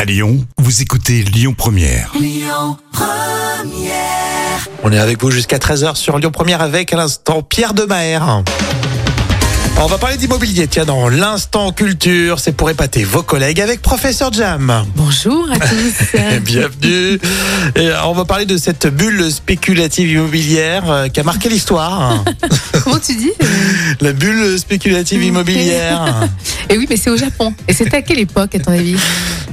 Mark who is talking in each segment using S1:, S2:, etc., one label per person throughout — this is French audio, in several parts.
S1: À Lyon, vous écoutez Lyon Première.
S2: On est avec vous jusqu'à 13h sur Lyon Première avec à l'instant Pierre Demaer. On va parler d'immobilier, tiens, dans l'instant culture, c'est pour épater vos collègues avec Professeur Jam.
S3: Bonjour à tous.
S2: Et Bienvenue. Et euh, on va parler de cette bulle spéculative immobilière euh, qui a marqué l'histoire.
S3: Comment tu dis Euh,
S2: La bulle
S3: Mm.
S2: spéculative immobilière.
S3: Eh oui, mais c'est au Japon. Et c'était à quelle époque, à ton avis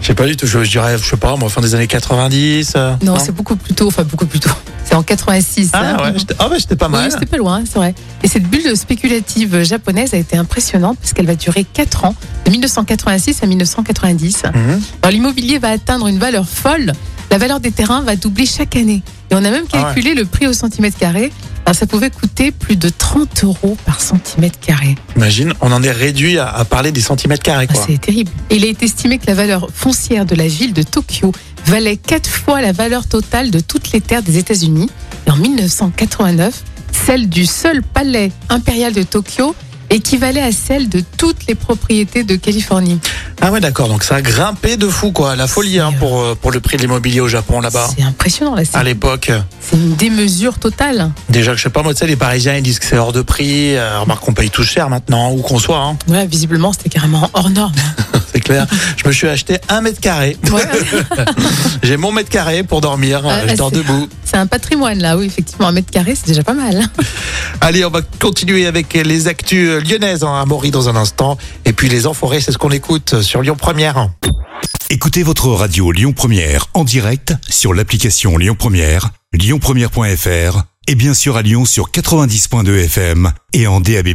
S2: Je sais pas du tout, je, je dirais, je sais pas, moi, fin des années 90. euh,
S3: Non, c'est beaucoup plus tôt. Enfin, beaucoup plus tôt. C'est en 86. hein.
S2: Ah ouais, j'étais ah ouais, j'étais pas mal.
S3: Oui, c'était pas loin, c'est vrai. Et cette bulle spéculative japonaise a été impressionnante parce qu'elle va durer 4 ans, de 1986 à 1990.
S2: Mhm.
S3: Alors, l'immobilier va atteindre une valeur folle. La valeur des terrains va doubler chaque année. Et on a même
S2: Ah ouais.
S3: calculé le prix au centimètre carré. Alors, ça pouvait coûter plus de 30 euros par centimètre carré.
S2: Imagine, on en est réduit à, à parler des centimètres carrés,
S3: Ah,
S2: quoi.
S3: c'est terrible. Et Il est estimé que la valeur foncière de la ville de Tokyo valait quatre fois la valeur totale de toutes les terres des États-Unis. Et en 1989, celle du seul palais impérial de Tokyo équivalait à celle de toutes les propriétés de Californie.
S2: Ah ouais, d'accord. Donc ça a grimpé de fou, quoi. La folie hein,
S3: C'est, euh,
S2: pour, euh, pour le prix de l'immobilier au Japon, là-bas.
S3: C'est impressionnant, là. c'est-
S2: À l'époque,
S3: C'est une démesure totale.
S2: déjà que je sais pas, moi, tu sais, les Parisiens, ils disent que c'est hors de prix. Euh, remarque qu'on paye tout cher maintenant, où qu'on soit, hein,
S3: Ouais, visiblement, c'était carrément hors norme.
S2: c'est clair. je me suis acheté un mètre carré.
S3: Ouais.
S2: J'ai mon mètre carré pour dormir.
S3: Ah,
S2: je
S3: bah,
S2: dors
S3: c'est-
S2: debout.
S3: c'est un patrimoine, là. Oui, effectivement, un mètre carré, c'est déjà pas mal.
S2: Allez, on va continuer avec les actus euh, lyonnaises en Amaury dans un instant. Et puis les enfoirés, c'est ce qu'on écoute euh, sur Lyon Première.
S1: Écoutez votre radio Lyon Première en direct sur l'application Lyon Première, lyonpremière.fr et bien sûr à Lyon sur 90.2 FM et en DAB+.